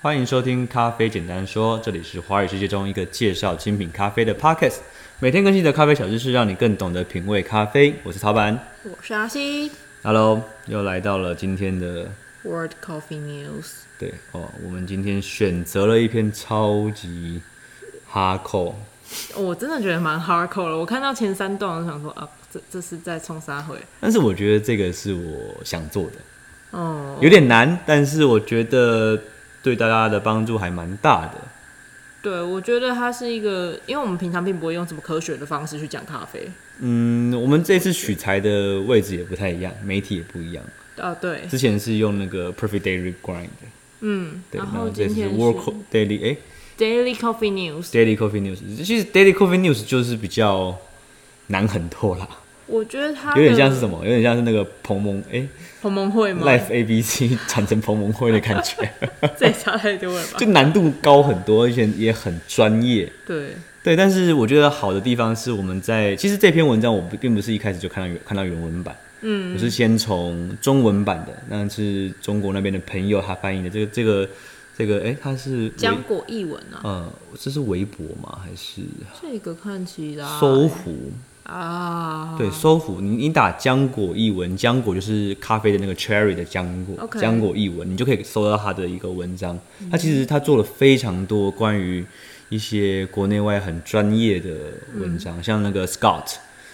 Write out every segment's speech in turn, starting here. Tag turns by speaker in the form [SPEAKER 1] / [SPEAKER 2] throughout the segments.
[SPEAKER 1] 欢迎收听《咖啡简单说》，这里是华语世界中一个介绍精品咖啡的 podcast，每天更新的咖啡小知识，让你更懂得品味咖啡。我是曹板
[SPEAKER 2] 我是阿西。
[SPEAKER 1] ，Hello，又来到了今天的
[SPEAKER 2] World Coffee News，
[SPEAKER 1] 对哦，我们今天选择了一篇超级哈扣，
[SPEAKER 2] 哦我真的觉得蛮 hardcore 的。我看到前三段，我就想说啊，这这是在冲沙回。
[SPEAKER 1] 但是我觉得这个是我想做的，
[SPEAKER 2] 哦，
[SPEAKER 1] 有点难，但是我觉得对大家的帮助还蛮大的。
[SPEAKER 2] 对，我觉得它是一个，因为我们平常并不会用这么科学的方式去讲咖啡。
[SPEAKER 1] 嗯，我们这次取材的位置也不太一样，媒体也不一样。
[SPEAKER 2] 啊，对，
[SPEAKER 1] 之前是用那个 Perfect Daily Grind，
[SPEAKER 2] 嗯，
[SPEAKER 1] 对，
[SPEAKER 2] 然
[SPEAKER 1] 然
[SPEAKER 2] 后
[SPEAKER 1] 后这
[SPEAKER 2] 今
[SPEAKER 1] 次是
[SPEAKER 2] 天
[SPEAKER 1] Work
[SPEAKER 2] 是
[SPEAKER 1] Daily，哎
[SPEAKER 2] Daily Coffee News，
[SPEAKER 1] ，Daily Coffee News，其实 Daily Coffee News 就是比较难很多啦，
[SPEAKER 2] 我觉得它
[SPEAKER 1] 有点像是什
[SPEAKER 2] 么
[SPEAKER 1] 么，有点像是那个彭蒙哎
[SPEAKER 2] 鸿蒙会吗？
[SPEAKER 1] Life ABC 转成彭蒙会的感觉，
[SPEAKER 2] 这也差太多了吧
[SPEAKER 1] 就？难度高很多，而且也很专业。
[SPEAKER 2] 对，
[SPEAKER 1] 对，但是我觉得好的地方是我们在其实这篇文章我不并不是一开始就看到原看到原文版，
[SPEAKER 2] 嗯，
[SPEAKER 1] 我是先从中文版的，那是中国那边的朋友他翻译的这个这个这个，哎、他是微
[SPEAKER 2] 浆果译文啊，
[SPEAKER 1] 呃，这是微博吗？还是
[SPEAKER 2] 这个看起来
[SPEAKER 1] 搜狐？
[SPEAKER 2] 啊，
[SPEAKER 1] 对，搜狐，你你打浆果译文，浆果就是咖啡的那个 cherry 的浆果，
[SPEAKER 2] OK 嗯
[SPEAKER 1] 浆果译文，你就可以搜到他的一个文章。他其实他做了非常多关于一些国内外很专业的文
[SPEAKER 2] 嗯
[SPEAKER 1] 章，像那个 Scott，、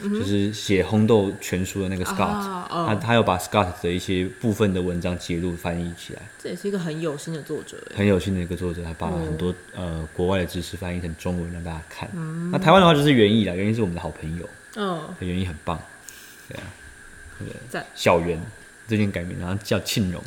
[SPEAKER 1] 就是写烘豆全书的那个 Scott，、
[SPEAKER 2] 啊哦
[SPEAKER 1] 他他有把 Scott 的一些部分的文章截录翻译起来，
[SPEAKER 2] 这也是一个很有心的作者耶。
[SPEAKER 1] 很有幸的一个作者，他把很
[SPEAKER 2] 哦
[SPEAKER 1] 多、呃国外的知识翻译成中文让大家看。那台湾的话就是袁艺啦，袁艺是我们的好朋友。
[SPEAKER 2] 嗯，
[SPEAKER 1] 袁一很棒，对啊，那个
[SPEAKER 2] 赞
[SPEAKER 1] 小袁最近改名，然后叫庆荣，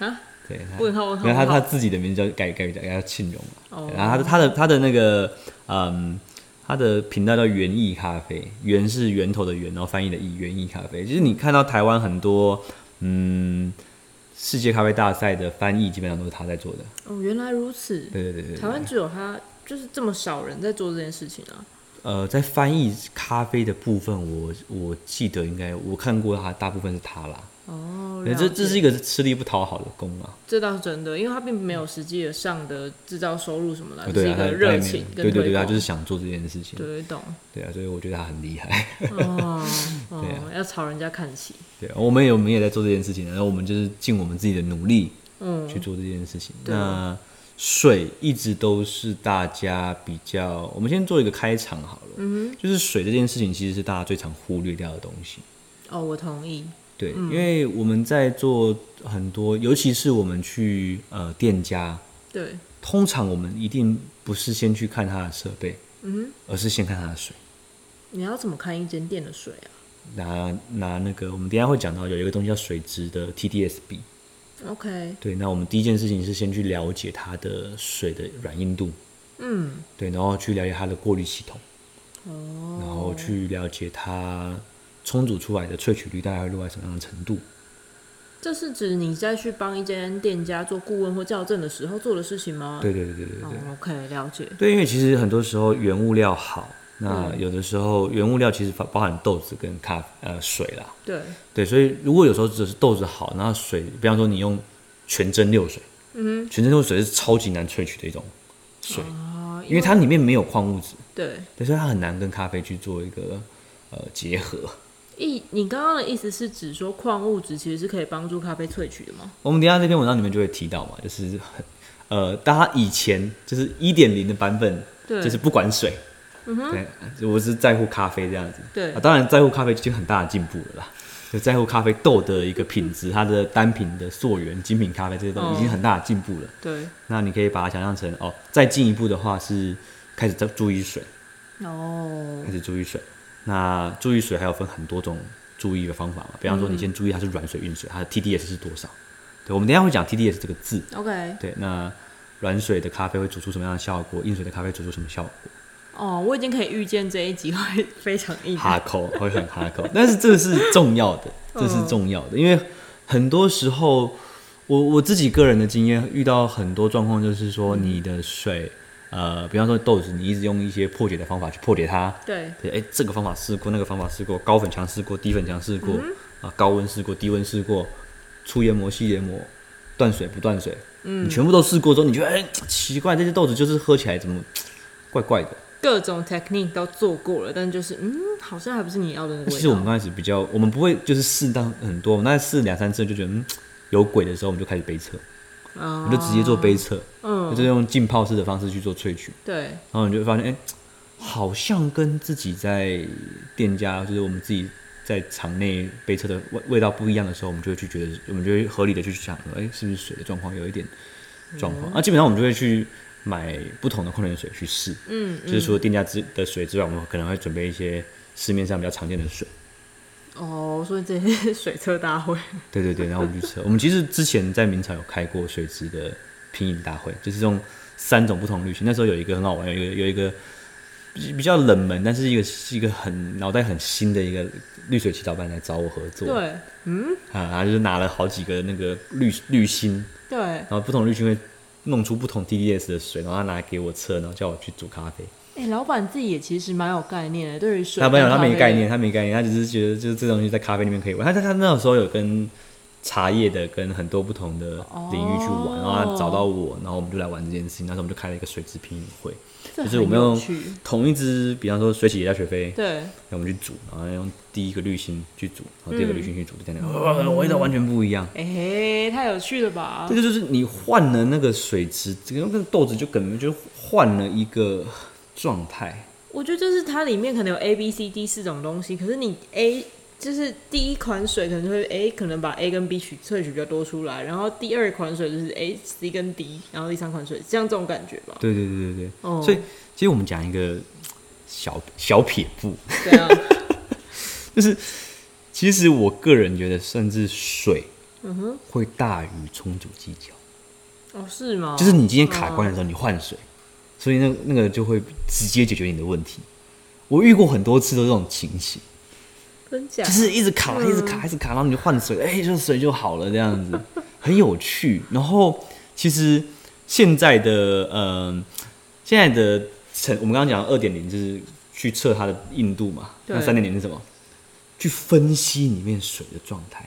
[SPEAKER 2] 啊，
[SPEAKER 1] 对，他
[SPEAKER 2] 问号问号
[SPEAKER 1] 没有他
[SPEAKER 2] 问号
[SPEAKER 1] 他自己的名字叫改改改改叫庆荣嘛
[SPEAKER 2] 哦，
[SPEAKER 1] 对然后他的他的他的那个嗯。他的频道叫园艺咖啡，园是源头的园，然后翻译的艺，园艺咖啡。就是你看到台湾很多，嗯，世界咖啡大赛的翻译基本上都是他在做的。
[SPEAKER 2] 哦，原来如此。
[SPEAKER 1] 对对对对对。
[SPEAKER 2] 台湾只有他就是这么少人在做这件事情啊。
[SPEAKER 1] 呃，在翻译咖啡的部分，我我记得应该我看过他，大部分是他啦。
[SPEAKER 2] 哦，
[SPEAKER 1] 对
[SPEAKER 2] 了
[SPEAKER 1] 哎这
[SPEAKER 2] 解
[SPEAKER 1] 这是一个吃力不讨好的工啊，
[SPEAKER 2] 这倒是真的，因为他并没有实际的上的制造收入什么的，只是
[SPEAKER 1] 对
[SPEAKER 2] 一
[SPEAKER 1] 啊，他
[SPEAKER 2] 个热情
[SPEAKER 1] 他也没有
[SPEAKER 2] 跟
[SPEAKER 1] 对对
[SPEAKER 2] 推
[SPEAKER 1] 对，他
[SPEAKER 2] 广
[SPEAKER 1] 就是想做这件事情，
[SPEAKER 2] 对懂
[SPEAKER 1] 对啊，所以我觉得他很厉害，
[SPEAKER 2] 哦
[SPEAKER 1] 对啊
[SPEAKER 2] 哦，要朝人家看齐，
[SPEAKER 1] 对啊，我们也我们也在做这件事情，然后我们就是尽我们自己的努力
[SPEAKER 2] 嗯
[SPEAKER 1] 去做这件事情。
[SPEAKER 2] 对
[SPEAKER 1] 那水一直都是大家比较，我们先做一个开场好了，
[SPEAKER 2] 嗯
[SPEAKER 1] 就是水这件事情其实是大家最常忽略掉的东西，
[SPEAKER 2] 哼，哦，我同意，
[SPEAKER 1] 对，
[SPEAKER 2] 嗯
[SPEAKER 1] 因为我们在做很多，尤其是我们去呃店家，
[SPEAKER 2] 对，
[SPEAKER 1] 通常我们一定不是先去看它的设备，
[SPEAKER 2] 嗯
[SPEAKER 1] 而是先看它的水。
[SPEAKER 2] 哼，你要怎么看一间店的水啊
[SPEAKER 1] 拿拿那个，我们等一下会讲到有一个东西叫水质的 TDSB。嗯
[SPEAKER 2] ？OK，
[SPEAKER 1] 对，那我们第一件事情是先去了解它的水的软硬度，
[SPEAKER 2] 嗯，
[SPEAKER 1] 对，然后去了解它的过滤系统，
[SPEAKER 2] 哦，
[SPEAKER 1] 然后去了解它冲煮出来的萃取率大概会落在什么样的程度。
[SPEAKER 2] 这是指你在去帮一间店家做顾问或校正的时候做的事情吗？
[SPEAKER 1] 对对对对对对。
[SPEAKER 2] 哦，OK，了解，
[SPEAKER 1] 对，因为其实很多时候原物料好，那
[SPEAKER 2] 嗯
[SPEAKER 1] 有的时候原物料其实包包含豆子跟咖呃水啦，
[SPEAKER 2] 对，
[SPEAKER 1] 对，所以如果有时候只是豆子好，那水，比方说你用全蒸馏水，
[SPEAKER 2] 嗯
[SPEAKER 1] 全蒸馏水是超级难萃取的一种水，
[SPEAKER 2] 哼，啊，
[SPEAKER 1] 因为它里面没有矿物质，
[SPEAKER 2] 对。
[SPEAKER 1] 对，所以它很难跟咖啡去做一个呃结合。
[SPEAKER 2] 意，你刚刚的意思是指说矿物质其实是可以帮助咖啡萃取的吗？
[SPEAKER 1] 我们等一下这篇文章里面就会提到嘛，就是很呃，大家以前就是一点零的版本，
[SPEAKER 2] 对，嗯
[SPEAKER 1] 就是不管水，对，就我是在乎咖啡这样子。
[SPEAKER 2] 对
[SPEAKER 1] 啊，当然在乎咖啡已经很大的进步了啦。就在乎咖啡豆的一个品质，它的单品的溯源、精品咖啡这些都已
[SPEAKER 2] 哦
[SPEAKER 1] 经很大的进步了。
[SPEAKER 2] 对
[SPEAKER 1] 那你可以把它想象成哦，再进一步的话是开始在注意水，
[SPEAKER 2] 哦
[SPEAKER 1] 开，始注意水。那注意水还有分很多种注意的方法嘛，比方说你先注意它是软水、硬水，它的 TDS 是多少。对，我们等一下会讲 TDS 这个字。
[SPEAKER 2] OK，
[SPEAKER 1] 对，那软水的咖啡会煮出什么样的效果？硬水的咖啡煮出什么效果？
[SPEAKER 2] 哦，我已经可以预见这一集会 非常硬。
[SPEAKER 1] 哈口 会很哈口，但是这是重要的，这是重要的，因为很多时候我我自己个人的经验遇到很多状况，就是说你的水，呃，比方说豆子，你一直用一些破解的方法去破解它，
[SPEAKER 2] 对，
[SPEAKER 1] 对，哎，这个方法试过，那个方法试过，高粉强试过，低粉强试过，啊，高温试过，低温试过，粗研磨、细研磨，断水不断水，你全部都试过之后，你觉得哎、奇怪，这些豆子就是喝起来怎么怪怪的？
[SPEAKER 2] 各种 technique 都做过了，但就是嗯，好像还不是啊你要的那个
[SPEAKER 1] 其实我
[SPEAKER 2] 味
[SPEAKER 1] 们
[SPEAKER 2] 道。
[SPEAKER 1] 刚开始比较，我们不会就是试到很多，我们大概试两三次就觉得嗯有鬼的时候，我们就开始杯测，我
[SPEAKER 2] 啊，
[SPEAKER 1] 们就直接做杯测，就是
[SPEAKER 2] 嗯，
[SPEAKER 1] 用浸泡式的方式去做萃取，
[SPEAKER 2] 对，
[SPEAKER 1] 然后你就会发现，哎、好像跟自己在店家，就是我们自己在场内杯测的味味道不一样的时候，我们就会去觉得，我们就会合理的去想说，哎、是不是水的状况有一点状
[SPEAKER 2] 嗯
[SPEAKER 1] 况？啊，基本上我们就会去买不同的矿泉水去试，
[SPEAKER 2] 嗯，
[SPEAKER 1] 就是除了店家之的水之外，我们可能会准备一些市面上比较常见的水。
[SPEAKER 2] 哦，所以这些是水车大会，
[SPEAKER 1] 对对对，然后我们去测。 我们其实之前在明朝有开过水质的品饮大会，就是用三种不同滤芯。那时候有一个很好玩，有一个有一个比比较冷门，但是一个是一个很脑袋很新的一个滤水祈祷班来找我合作。啊，
[SPEAKER 2] 对
[SPEAKER 1] 他就是拿了好几个那个滤滤芯，
[SPEAKER 2] 对，
[SPEAKER 1] 然后不同滤芯会弄出不同 TDS 的水，然后他拿来给我测，然后叫我去煮咖啡。
[SPEAKER 2] 哎、老板自己也其实蛮有概念的，对于水。
[SPEAKER 1] 他没有，他没概念，。他没概念，他只是觉得就是这东西在咖啡里面可以玩。他他他那时候有跟茶叶的跟很多不同的领域去玩，
[SPEAKER 2] 哦
[SPEAKER 1] 然后他找到我，然后我们就来玩这件事情。那时候我们就开了一个水质拼饮会，就
[SPEAKER 2] 这很
[SPEAKER 1] 是我们
[SPEAKER 2] 有
[SPEAKER 1] 用
[SPEAKER 2] 趣。
[SPEAKER 1] 同一支，比方说水洗加雪菲，
[SPEAKER 2] 对，
[SPEAKER 1] 那我们去煮，然后用第一个滤芯去煮，然后第二个滤芯去煮，就这样，
[SPEAKER 2] 嗯
[SPEAKER 1] 哦味道完全不一样。
[SPEAKER 2] 哎、太有趣了吧
[SPEAKER 1] 这？个就是你换了那个水质，这个那个豆子就根本就换了一个状态。
[SPEAKER 2] 我觉得就是它里面可能有 A、B、C、D 四种东西，可是你 A 就是第一款水可能就会 A 可能把 A 跟 B 取萃取比较多出来，然后第二款水就是 A、C 跟 D，然后第三款水，像这种感觉吧？
[SPEAKER 1] 对对对对对，
[SPEAKER 2] 哦
[SPEAKER 1] 所以其实我们讲一个小小撇步，
[SPEAKER 2] 这样，
[SPEAKER 1] 其实我个人觉得，甚至水
[SPEAKER 2] 嗯哼，
[SPEAKER 1] 会大于冲煮技巧。
[SPEAKER 2] 哦，嗯是吗？
[SPEAKER 1] 就是你今天卡关的时候，你换水，所以那那个就会直接解决你的问题。我遇过很多次都这种情形，
[SPEAKER 2] 真假？
[SPEAKER 1] 就是一直卡，一直卡，一直卡，然后你就换水，哎、就水就好了，这样子很有趣。然后其实现在的嗯、现在的成，我们刚刚讲二点零就是去测它的硬度嘛，那
[SPEAKER 2] 对
[SPEAKER 1] 三点零是什么？去分析里面水的状态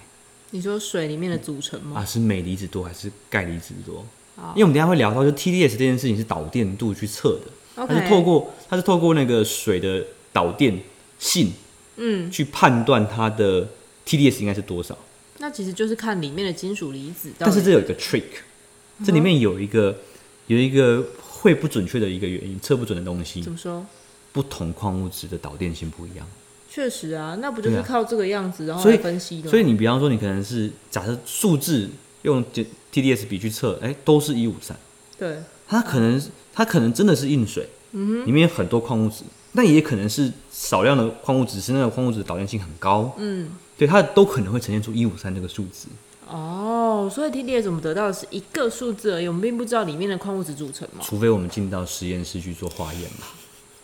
[SPEAKER 2] 你说水里面的组成吗？
[SPEAKER 1] 啊，是镁离子多还是钙离子多？
[SPEAKER 2] 好
[SPEAKER 1] 因为我们等一下会聊到，就 TDS 这件事情是导电度去测的，它是透过它是透过那个水的导电性
[SPEAKER 2] 嗯，
[SPEAKER 1] 去判断它的 TDS 应该是多少。
[SPEAKER 2] 那其实就是看里面的金属离子到
[SPEAKER 1] 但
[SPEAKER 2] 底。嗯
[SPEAKER 1] 是这有一个 trick，这里面有一个、有一个会不准确的一个原因，测不准的东西
[SPEAKER 2] 怎，么说？
[SPEAKER 1] 不同矿物质的导电性不一样。
[SPEAKER 2] 确实啊，那不就是
[SPEAKER 1] 对啊
[SPEAKER 2] 靠这个样子然后
[SPEAKER 1] 所以
[SPEAKER 2] 来分析的吗？
[SPEAKER 1] 所以你比方说，你可能是假设数字用 TDS 比去测，哎，都是一五三，
[SPEAKER 2] 对，
[SPEAKER 1] 它可能它可能真的是硬水，
[SPEAKER 2] 嗯
[SPEAKER 1] 里面有很多矿物质，那也可能是少量的矿物质，是那个矿物质的导电性很高，
[SPEAKER 2] 嗯，
[SPEAKER 1] 对，它都可能会呈现出一五三这个数值。
[SPEAKER 2] 哦，所以 TDS 我们得到的是一个数字而已，我们并不知道里面的矿物质组成嘛。
[SPEAKER 1] 除非我们进到实验室去做化验嘛。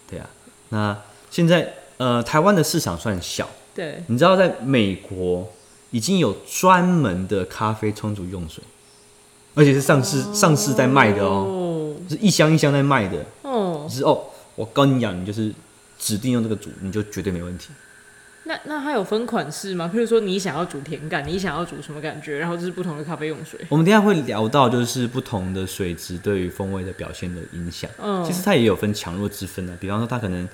[SPEAKER 1] 对啊，那现在呃，台湾的市场算小，
[SPEAKER 2] 对，
[SPEAKER 1] 你知道，在美国已经有专门的咖啡冲煮用水，而且是上市、上市在卖的哦，
[SPEAKER 2] 哦
[SPEAKER 1] 是一箱一箱在卖的，
[SPEAKER 2] 哦，
[SPEAKER 1] 就是哦，我跟你讲，你就是指定用这个煮，你就绝对没问题。
[SPEAKER 2] 那那它有分款式吗？譬如说你想要煮甜感，你想要煮什么感觉，然后这是不同的咖啡用水。
[SPEAKER 1] 我们等一下会聊到，就是不同的水质对于风味的表现的影响。
[SPEAKER 2] 嗯
[SPEAKER 1] 其实它也有分强弱之分的、啊比方说，它可能，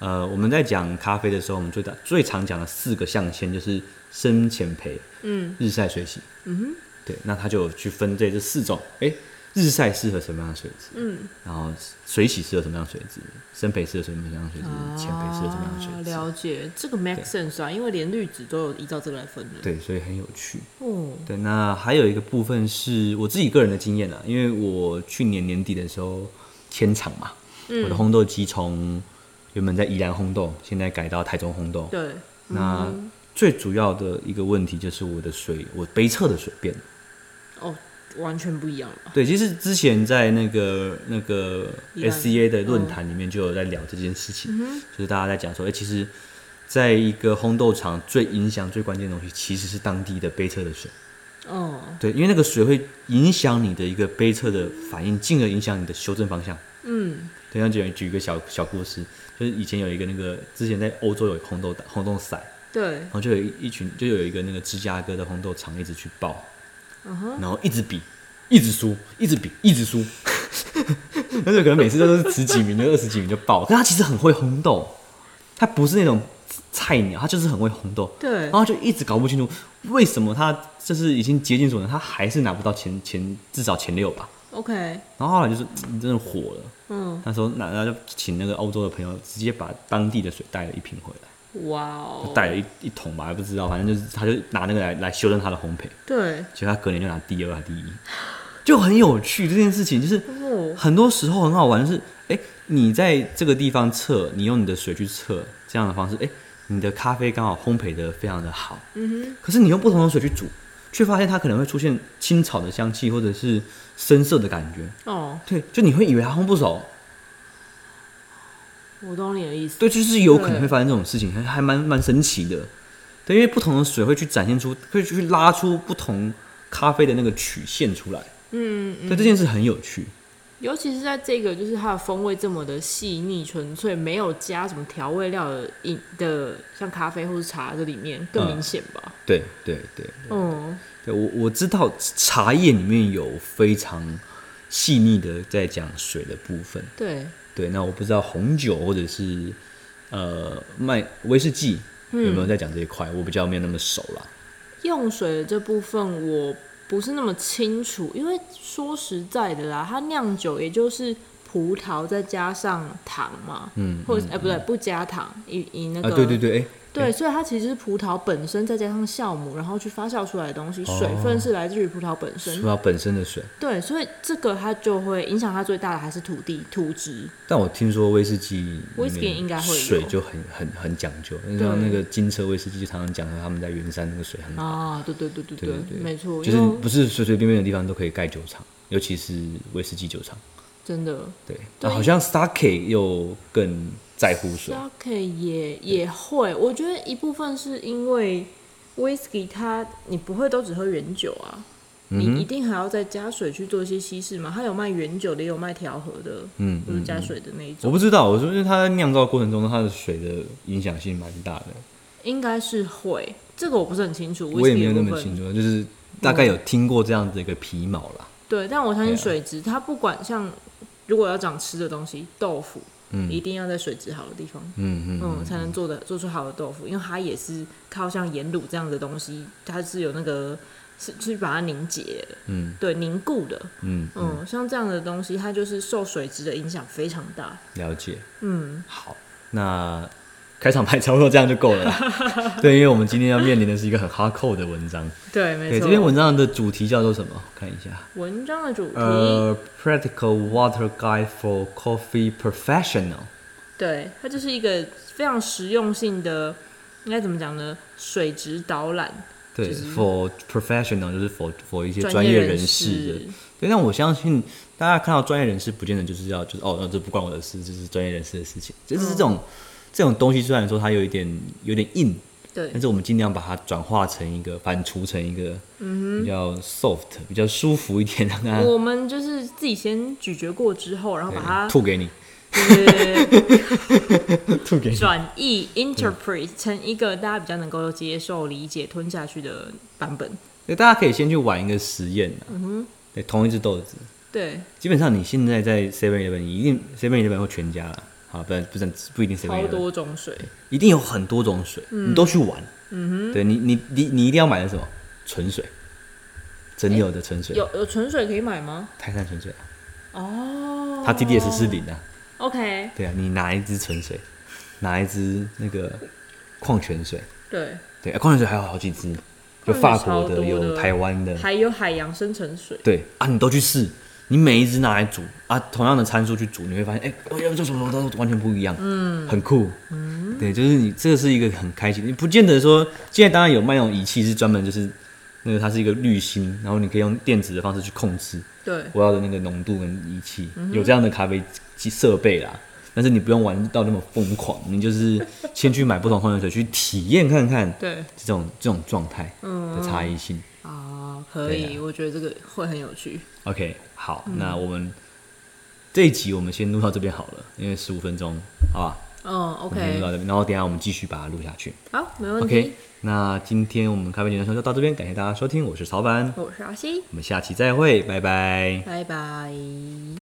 [SPEAKER 1] 呃，我们在讲咖啡的时候，我们最大最常讲的四个象限就是深浅焙、
[SPEAKER 2] 嗯
[SPEAKER 1] 日晒、水洗。嗯哼，对，那它就有去分这这四种。诶，日晒适合什么样的水质？
[SPEAKER 2] 嗯，
[SPEAKER 1] 然后水洗适合什么样的水质？深焙适合什么样的水质？浅焙适合什么样的
[SPEAKER 2] 啊
[SPEAKER 1] 水质？
[SPEAKER 2] 了解，这个 make sense 啊，因为连绿植都有依照这个来分的。
[SPEAKER 1] 对，所以很有趣。
[SPEAKER 2] 哦，
[SPEAKER 1] 对，那还有一个部分是我自己个人的经验啊，因为我去年年底的时候迁厂嘛，
[SPEAKER 2] 嗯
[SPEAKER 1] 我的烘豆机从原本在宜兰烘豆，现在改到台中烘豆。
[SPEAKER 2] 对，嗯
[SPEAKER 1] 那最主要的一个问题就是我的水，我杯测的水变了。
[SPEAKER 2] 哦，完全不一样了。
[SPEAKER 1] 对，其实之前在那个那个
[SPEAKER 2] 宜兰嗯
[SPEAKER 1] SCA 的论坛里面就有在聊这件事情，就是大家在讲说，哎、其实在一个烘豆厂最影响最关键的东西，其实是当地的杯测的水。
[SPEAKER 2] 哦，
[SPEAKER 1] 对，因为那个水会影响你的一个杯测的反应，进而影响你的修正方向。
[SPEAKER 2] 嗯，
[SPEAKER 1] 对，那举举一个小小故事，就是以前有一个那个之前在欧洲有红豆红豆赛，
[SPEAKER 2] 对，
[SPEAKER 1] 然后就有一一群就有一个那个芝加哥的红豆厂一直去报，
[SPEAKER 2] 嗯哼，
[SPEAKER 1] 然后一直比，一直输，一直比，一直输。 但是可能每次都是十几名的、二十几名就爆，但他其实很会红豆，他不是那种菜鸟，他就是很会红豆。
[SPEAKER 2] 对
[SPEAKER 1] 然，后就一直搞不清楚为什么他就是已经竭尽所能，他还是拿不到前前至少前六吧。
[SPEAKER 2] OK，
[SPEAKER 1] 然后后来就是嗯真的火了，
[SPEAKER 2] 嗯，
[SPEAKER 1] 那时候那那就请那个欧洲的朋友直接把当地的水带了一瓶回来，
[SPEAKER 2] 哇哦，
[SPEAKER 1] 带了一一桶吧，还不知道，反正就是他就拿那个来来修正他的烘焙，
[SPEAKER 2] 对，
[SPEAKER 1] 结果他隔年就拿第二还第一，就很有趣这件事情，就是
[SPEAKER 2] 哦，
[SPEAKER 1] 很多时候很好玩，就是哎你在这个地方测，你用你的水去测这样的方式，哎你的咖啡刚好烘焙的非常的好，
[SPEAKER 2] 嗯
[SPEAKER 1] 可是你用不同的水去煮，却发现它可能会出现青草的香气或者是深色的感觉。
[SPEAKER 2] 哼，哦，
[SPEAKER 1] 对，就你会以为它烘不熟，
[SPEAKER 2] 我懂你的意思，
[SPEAKER 1] 对，就是有可能
[SPEAKER 2] 对
[SPEAKER 1] 会发生这种事情，还还蛮蛮神奇的。对，因为不同的水会去展现出，会去拉出不同咖啡的那个曲线出来。
[SPEAKER 2] 嗯嗯，
[SPEAKER 1] 对，这件事很有趣。
[SPEAKER 2] 尤其是在这个就是它的风味这么的细腻纯粹，没有加什么调味料的饮的，像咖啡或是茶这里面更明显吧？
[SPEAKER 1] 对对对
[SPEAKER 2] 嗯，
[SPEAKER 1] 嗯对，我我知道茶叶里面有非常细腻的在讲水的部分。
[SPEAKER 2] 对，
[SPEAKER 1] 对，那我不知道红酒或者是呃麦威士忌
[SPEAKER 2] 嗯
[SPEAKER 1] 有没有在讲这一块，我比较没有那么熟啦。
[SPEAKER 2] 用水的这部分我不是那么清楚，因为说实在的啦，它酿酒也就是葡萄再加上糖嘛，
[SPEAKER 1] 嗯，
[SPEAKER 2] 或者哎、不对，不加糖，以以那
[SPEAKER 1] 啊，
[SPEAKER 2] 个、
[SPEAKER 1] 对对对，哎、
[SPEAKER 2] 对，所以它其实是葡萄本身再加上酵母，然后去发酵出来的东西，
[SPEAKER 1] 哦
[SPEAKER 2] 水分是来自于葡萄本身。
[SPEAKER 1] 葡萄本身的水，
[SPEAKER 2] 对，所以这个它就会影响它最大的还是土地土质。
[SPEAKER 1] 但我听说威士忌里
[SPEAKER 2] 威士忌
[SPEAKER 1] 面
[SPEAKER 2] 应该会有
[SPEAKER 1] 水就很很很讲究，像那个金车威士忌就常常讲说他们在圆山那个水很好，
[SPEAKER 2] 啊，对对对对
[SPEAKER 1] 对对对
[SPEAKER 2] 没错，
[SPEAKER 1] 就是
[SPEAKER 2] 因为
[SPEAKER 1] 不是随随便便的地方都可以盖酒厂，尤其是威士忌酒厂。
[SPEAKER 2] 真的
[SPEAKER 1] 对，那好像 Sake 又更在乎水，
[SPEAKER 2] ，sake 也也会，我觉得一部分是因为 whisky 它你不会都只喝原酒啊，
[SPEAKER 1] 嗯
[SPEAKER 2] 你一定还要再加水去做一些稀释嘛。它有卖原酒的，也有卖调和的，
[SPEAKER 1] 嗯
[SPEAKER 2] 就是加水的那一
[SPEAKER 1] 我
[SPEAKER 2] 种，
[SPEAKER 1] 不知道，我说因为它在酿造过程中，它的水的影响性蛮大的。
[SPEAKER 2] 应该是会。这个我不是很清楚，
[SPEAKER 1] 我也没有
[SPEAKER 2] whisky
[SPEAKER 1] 那
[SPEAKER 2] 的部
[SPEAKER 1] 么
[SPEAKER 2] 分
[SPEAKER 1] 清楚，就是大概有听过这样子一个皮毛啦。
[SPEAKER 2] 对，但我相信
[SPEAKER 1] 对啊
[SPEAKER 2] 水质，它不管像如果要长吃的东西，豆腐，一定要在水质好的地方，
[SPEAKER 1] 嗯嗯
[SPEAKER 2] 嗯，才能做的做出好的豆腐，因为它也是靠像盐卤这样的东西，它是有那个是去把它凝结的，
[SPEAKER 1] 嗯
[SPEAKER 2] 对，凝固的，
[SPEAKER 1] 嗯，
[SPEAKER 2] 嗯，像这样的东西，它就是受水质的影响非常大，
[SPEAKER 1] 了解。
[SPEAKER 2] 嗯，
[SPEAKER 1] 好，那开场白差不多这样就够了啦。 对，因为我们今天要面临的是一个很哈扣的文章。
[SPEAKER 2] 对，没
[SPEAKER 1] 对，
[SPEAKER 2] 错。
[SPEAKER 1] 这篇文章的主题叫做什么？我看一下，
[SPEAKER 2] 文章的主题，
[SPEAKER 1] 呃，Practical Water Guide for Coffee Professional。
[SPEAKER 2] 对，它就是一个非常实用性的，应该怎么讲呢？水质导览，
[SPEAKER 1] 对
[SPEAKER 2] 就是
[SPEAKER 1] ，for professional 就是 for for 一些专
[SPEAKER 2] 专
[SPEAKER 1] 业
[SPEAKER 2] 人
[SPEAKER 1] 人士的，对，但我相信大家看到专业人士，不见得就是要就是哦，那这不关我的事，这是专业人士的事情。就是这
[SPEAKER 2] 嗯
[SPEAKER 1] 种、这种东西，虽然说它有一点有点硬，
[SPEAKER 2] 对
[SPEAKER 1] 但，是我们尽量把它转化成一个反刍成一个比较 soft、比较舒服一点，让它
[SPEAKER 2] 我们就是自己先咀嚼过之后，然后哦把它
[SPEAKER 1] 对吐给你，
[SPEAKER 2] 就是
[SPEAKER 1] 吐给你。
[SPEAKER 2] 转译 interpret 成一个大家比较能够接受、理解、吞下去的版本。
[SPEAKER 1] 对，大家可以先去玩一个实验、啊、嗯对，同一只豆子，
[SPEAKER 2] 对，
[SPEAKER 1] 基本上你现在在 Seven Eleven 一定 Seven Eleven 或全家啦，好，不然不然不一定 Seven
[SPEAKER 2] 超
[SPEAKER 1] Eleven。
[SPEAKER 2] 多种水，
[SPEAKER 1] 一定有很多种水，你都去玩。嗯哼，对你，你你你一定要买的是什么？纯水，真有的纯水，
[SPEAKER 2] 有有纯水可以买吗？
[SPEAKER 1] 泰山纯水啊，
[SPEAKER 2] 哦，
[SPEAKER 1] 它 TDS 是零啊。
[SPEAKER 2] OK，
[SPEAKER 1] 对啊，你拿一支纯水，拿一支那个矿泉水，
[SPEAKER 2] 对，
[SPEAKER 1] 对，啊矿泉水还有好几支，有
[SPEAKER 2] 矿泉水
[SPEAKER 1] 法国
[SPEAKER 2] 超多
[SPEAKER 1] 的，
[SPEAKER 2] 的
[SPEAKER 1] 有台湾的，
[SPEAKER 2] 还有海洋深层水。
[SPEAKER 1] 对啊，你都去试，你每一支拿来煮啊，同样的参数去煮，你会发现，哎、我要做什么都完全不一样，嗯，很酷，嗯，对，就是你这个是一个很开心，你不见得说现在当然有卖那种仪器是专门就是那个它是一个滤芯，然后你可以用电子的方式去控制
[SPEAKER 2] 对，
[SPEAKER 1] 我要的那个浓度跟仪器，有这样的咖啡机设备啦。但是你不用玩到那么疯狂，你就是先去买不同矿泉水去体验看看
[SPEAKER 2] 对嗯
[SPEAKER 1] 这种这种状态的差异性。
[SPEAKER 2] 啊，可以，我觉得这个会很有趣。
[SPEAKER 1] OK，好，那我们这一集我们先录到这边好了，因为十五分钟，好吧？
[SPEAKER 2] 嗯
[SPEAKER 1] 我们今天就
[SPEAKER 2] ，OK，
[SPEAKER 1] 到这边，然后等一下我们继续把它录下去。
[SPEAKER 2] 好，没问题。
[SPEAKER 1] OK，那今天我们咖啡简单说就到这边，感谢大家收听，我是曹凡，
[SPEAKER 2] 我是阿西，
[SPEAKER 1] 我们下期再会，拜拜。
[SPEAKER 2] 拜拜。